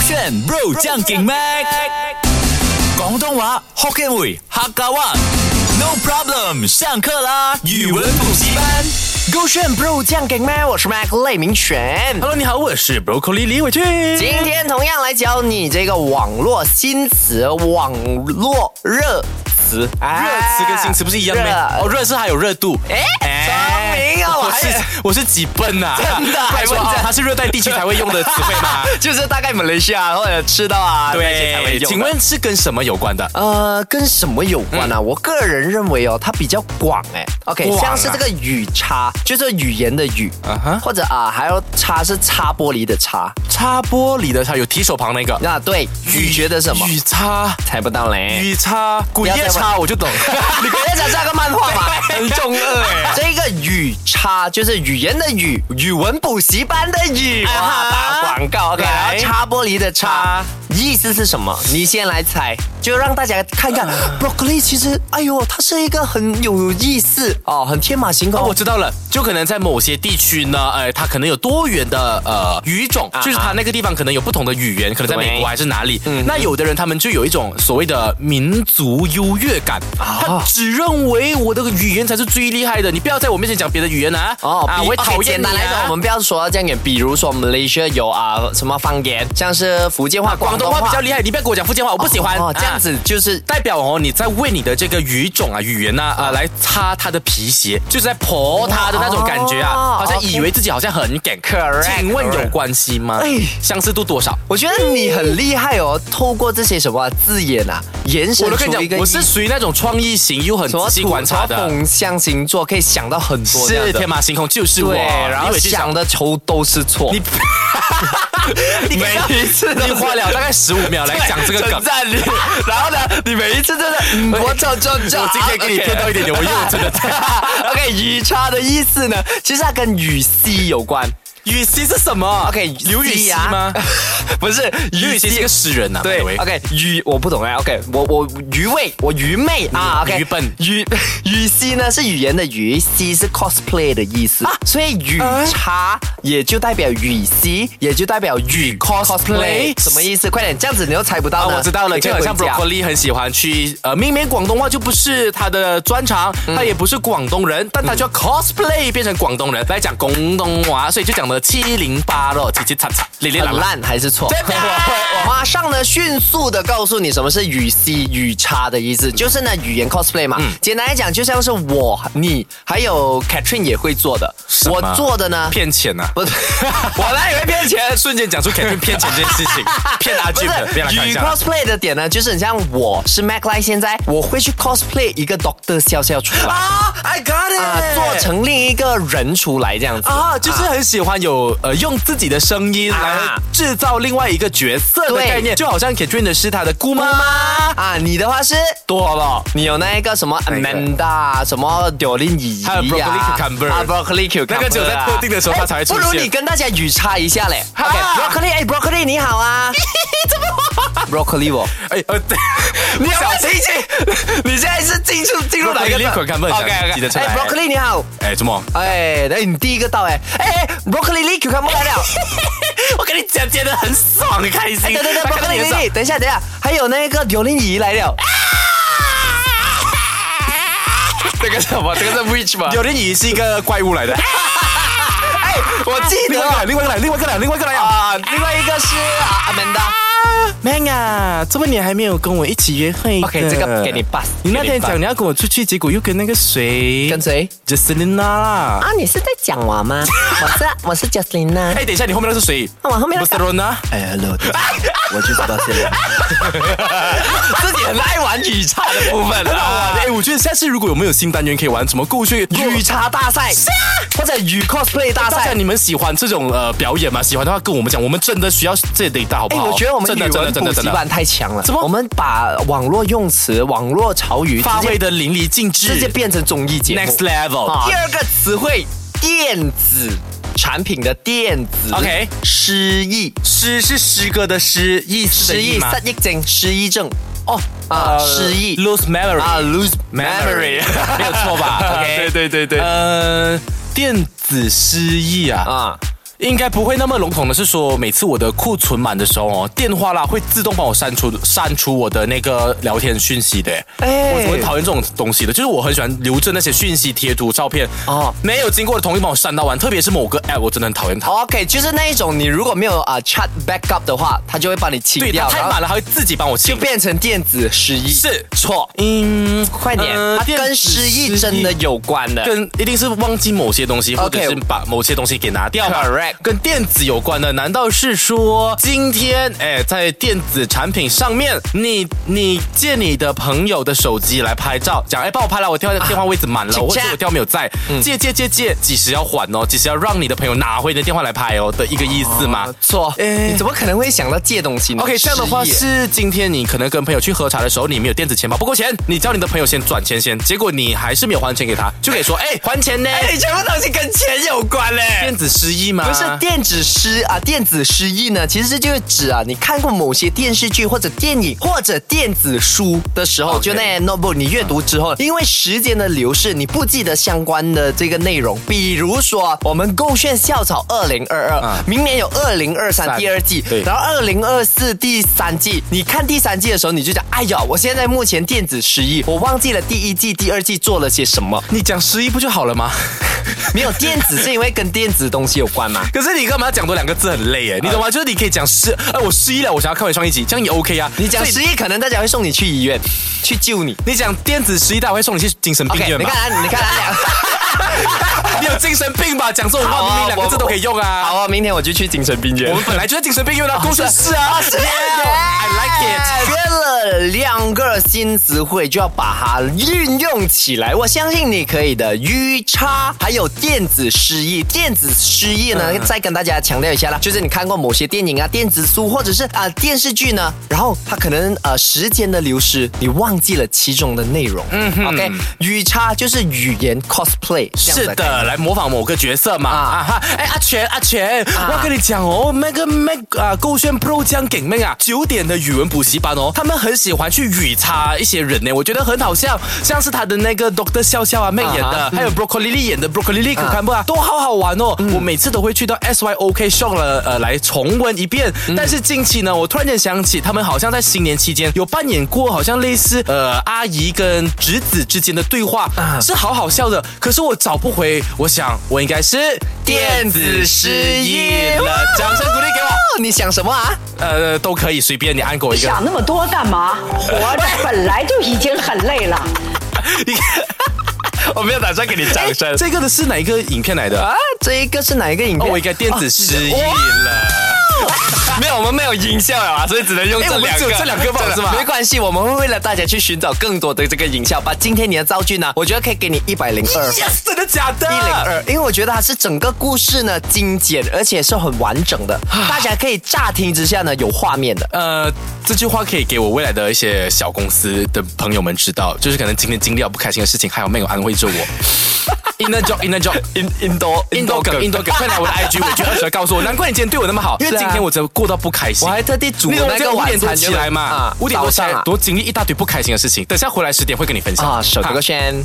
选 Bro 将劲 Mac，广东话 Hokkien 语客家话。No problem，上课啦！语文补习班。勾选 Bro 酱给麦，我是 Mac 赖明全。 Hello，你好，我是 Broccoli 李伟俊。今天同样来教你这个网络新词，网络热词，啊热词跟新词不是一样吗？热哦，热词还有热度。哎哎聪明啊我我还是我是几笨呐？真的还说还问哦这它是热带地区才会用的词汇吗？ 就是大概马来西亚或者吃到啊那些才对，会用。请问是跟什么有关的？呃，跟什么有关啊？我个人认为哦，它比较广哎、OK，广啊像是这个语差，就是语言的语啊哈或者啊，还有擦是擦玻璃的擦。擦玻璃的擦，有提手旁那个。那对，你觉得什么？雨擦，猜不到嘞。雨擦，滚不要夜再 叉，我就懂。你可以讲这个漫画 吗？很中二哎。 这个语差就是语言的语，语文补习班的语，啊哇，哈打广告 OK，来然后擦玻璃的擦啊，意思是什么？你先来猜，就让大家看看啊 broccoli 其实，哎呦，它是一个很有意思哦，很天马行哦，我空。知道了，就可能在某些地区呢，呃，它可能有多元的呃语种，啊就是它那个地方可能有不同的语言，可能在美对嗯国还是哪里。那有的人他们就有一种所谓的民族优越感，啊他只认为我的语言才是最厉害的，你不要在我面前讲别的语言啊，哦，啊，比我会 OK，讨厌简你单来讲，啊我。们不要说这样远，比如说 Malaysia 有啊什么方言，像是福建话、广广东东话话比较厉害，你不要跟我讲福建话，我不喜欢。哦，这样子啊就是代表哦，你在为你的这个语种啊、语言呐啊、哦呃来擦他的皮鞋，就是在婆他的那种感觉哦啊，好像 OK 以为自己好像很梗。 Correct，请问 correct 有关系吗？哎相似度多少？我觉得你很厉害哦，透过这些什么字眼啊，延伸我都跟出一你个讲，我是属于那种创意型又很什仔么细土观察什么的，风象星座，可以想到很多这样是的天马行空，就是我。对，然后你以为去想的球都是错。你 你每一次都你 是花了大概十五秒来讲这个梗称。赞你，然后呢，你每一次真的，嗯我这这这，我今天 给你骗到一点点，我又真的在。啊 OK，语差的意思呢，其实它跟语系有关。雨熙是什么 OK，啊刘禹锡 吗？不是，啊刘禹锡是个诗人啊呐，对各位，OK，愚我不懂哎，OK，我我愚昧，我愚昧啊，OK，愚嗯笨愚 愚熙呢是语言的愚，熙是 cosplay 的意啊思，所以语差也就代表语熙，也就代表语 cosplay， cosplay 什么意思？快点，这样子你又猜不到啊，呢我知道了，你可以就好像回家 Broccoli 很喜欢去呃，明明广东话就不是他的专长，他也不是广东人，但他就要 cosplay 变成广东人来讲广东话，所以就讲的七零八落，七七叉叉，哩哩啦很啦。烂还是错？真的我马上呢，迅速的告诉你什么是语系语差的意思，就是呢语言 cosplay 嗯嘛。简单来讲，就像是我、你还有 Catherine 也会做的。么我做的呢，骗钱呐、啊 不是，我哪里会骗钱？瞬间讲出 Catherine 骗钱这件事 情，骗阿不俊啊的，不要来是，看一与下。 cosplay 的点呢，就是你像我是 Mac Lie，现在我会去 cosplay 一个 Doctor 笑笑出来，啊、啊，I got it，、做成另一个人出来这样子。啊，就是很喜欢有呃用自己的声音来啊制造另外一个角色的对概念，就好像 Catherine 的是她的姑妈啊，你的话是多了。你有那一个什么一个 Amanda，啊什么 d o l i n 姨姨还有 broccoli cucumber 啊，broccoli cucumber，那个只有在特定的时候啊它才会出现哎不如你跟大家语差一下嘞。啊 OK，broccoli，哎，broccoli 你好 啊，怎么？broccoli 我，哎呃，对你小心情， 你现在是进入进入哪一个 Broccoli cucumber， OK，OK 记得出来哎，broccoli 你好， 哎，怎么？哎，哎，你第一个到哎，哎哎，broccoli 你 cucumber 来 了。我跟你讲，觉得很爽，很开心。哎对对对他看到你，broccoli 的你照你，等一下等一下，还有那个刘林姨来了。 这个是什么？这个是 which 吗有人以为是一个怪物来的。 哎，我记另得哦外一个来，另外一个来，啊另外一个来，另外一个来啊！啊，另外一个是啊 Amanda。 man 啊，这么你还没有跟我一起约会的 OK，这个嗯给你 pass。你那天给 pass 讲你要跟我出去，结果又跟那个谁，跟谁 j u s t i n a 啦。啊？你是在讲我 吗？我是我是啊 Justin 呢。哎，等一下，你后面那是谁？那我后面那不个是 Rona。哎，hello，我就是 Justin。自己很爱玩语差的部分啊。哎，我觉得下次如果有没有新单元可以玩什么够去语差大赛，或者语 cosplay 大大家赛。你们喜欢这种呃表演吗？喜欢的话跟我们讲，我们真的需要这 data 好不哎，好？我觉得我们真语的真的文真补的真习的班太强了，怎么我们把网络用词、网络潮语发直接挥的淋漓尽致，直接变成综艺节目。啊 next level。第二个词汇电子产品的电子 OK 失忆。诗是诗歌的诗，意思的失忆、意吗？失忆症、失忆症哦啊，失忆，lose memory 啊，lose memory， memory 没 有错吧对对对对对，呃，电子失忆啊，啊，应该不会那么笼统的是说，每次我的库存满的时候哦，电话啦会自动帮我删除删除我的那个聊天讯息的。哎我我很讨厌这种东西的，就是我很喜欢留着那些讯息、贴图、照片哦哦，没有经过的同意帮我删到完，特别是某个 app，我真的很讨厌它。 OK，就是那一种，你如果没有啊、chat backup 的话，它就会把你清对，它掉，太然后满了，它会自己帮我清。变成电子失忆。是错，嗯，快点，呃它电跟子失忆失真的忆有关的。跟一定是忘记某些东西，或者 OK 是把某些东西给拿掉嘛。 Correct 跟电子有关的，难道是说今天哎，在电子产品上面，你你借你的朋友的手机来拍照，讲哎帮我拍了，我电话电话位置满了，请嗯或者假我电话没有在，借借借借，几时要还哦？几时要让你的朋友拿回你的电话来拍哦的一个意思嘛？错，哎你怎么可能会想到借东西呢 OK，这样的话失忆耶是今天你可能跟朋友去喝茶的时候，你没有电子钱包不够钱，你叫你的朋友先转钱先，结果你还是没有还钱给他，就可以说 哎还钱呢。哎，全部东西跟钱有关嘞电。子失忆吗？不是电子失啊，电子失忆呢，其实就是指啊，你看过某些电视剧或者电影或者电子书的时候 OK 就那些 notebook 你阅读之后，因为时间的流逝，你不记得相关的这个内容。比如说，我们《勾选校草二零二二嗯》，明年有二零二啊三三第二季，对然后二零二四第三季，你看第三季的时候，你就讲，哎呀，我现在目前电子失忆，我忘记了第一季、第二季做了些什么。你讲失忆不就好了吗？没有电子是因为跟电子东西有关吗？ 可是你干嘛讲多两个字很累哎，你懂吗？就是你可以讲失，哎，我失忆了，我想要看完上一集，这样也 OK 啊。你讲所以失忆，可能大家会送你去医院去救你。你讲电子失忆，大家会送你去精神病 OK，院你吧？看啊，你看啊，两你有精神病吧？讲这种好话，啊明明两个字都可以用好啊。啊，明天我就去精神病院我们。本来就是精神病院啊，工程师啊。是 Yeah，I like it。学了两个新词汇，就要把它运用起来。我相信你可以的。鱼叉，还有电子失忆。电子失忆呢，嗯再跟大家强调一下啦，就是你看过某些电影啊、电子书或者是啊、电视剧呢，然后它可能呃时间的流失，你忘记了其中的内容。嗯 OK，语叉就是语言 cosplay 这样是概念的，来模仿某个角色嘛啊啊哈！哎，阿全阿全，我要跟你讲哦，那个那啊，勾选 Pro 江给妹啊，九点的语文补习班哦，他们很喜欢去语插一些人呢，我觉得很好笑，像是他的那个 Doctor 笑笑啊妹演啊的，还有 Broccoli Lee 演的 Broccoli Lee 可看不啊，都好好玩哦。我每次都会去到 SYOK Show 了呃来重温一遍，但是近期呢，我突然间想起他们好像在新年期间有扮演过，好像类似呃阿姨跟侄子之间的对话，是好好笑的，可是我找不回，我想我应该是电子失 忆了，掌声鼓励给我，哦，你想什么啊？呃都可以随便你按给我一 个，想那么多干嘛？活着本来就已经很累了。我没有打算给你掌声哎这个的是哪一个影片来的？啊，这一个是哪一个影哦，片？我应该电子失忆哇了。没有，我们没有音效了啊，所以只能用哎这我们两只有个，这两个吧真的是吧没关系，我们会为了大家去寻找更多的这个音效，把今天你的造句呢，我觉得可以给你一百零二。 Yes，真的假的？一零二，因为我觉得它是整个故事呢精简，而且是很完整的，大家可以乍听之下呢有画面的。呃，这句话可以给我未来的一些小公司的朋友们知道，就是可能今天经历了不开心的事情，还有没有安慰着 我。Inner job, inner job, 印印度印度梗，印 度梗，快来我的 IG 我去二十来告诉我，难怪你今天对我那么好，因为是啊今天我真的过到不开我心。还特地煮你了我那今个天五晚点多餐起来嘛，五点早多起上来啊，多经历一大堆不开心的事情，等下回来十点会跟你分享啊，手这个轩。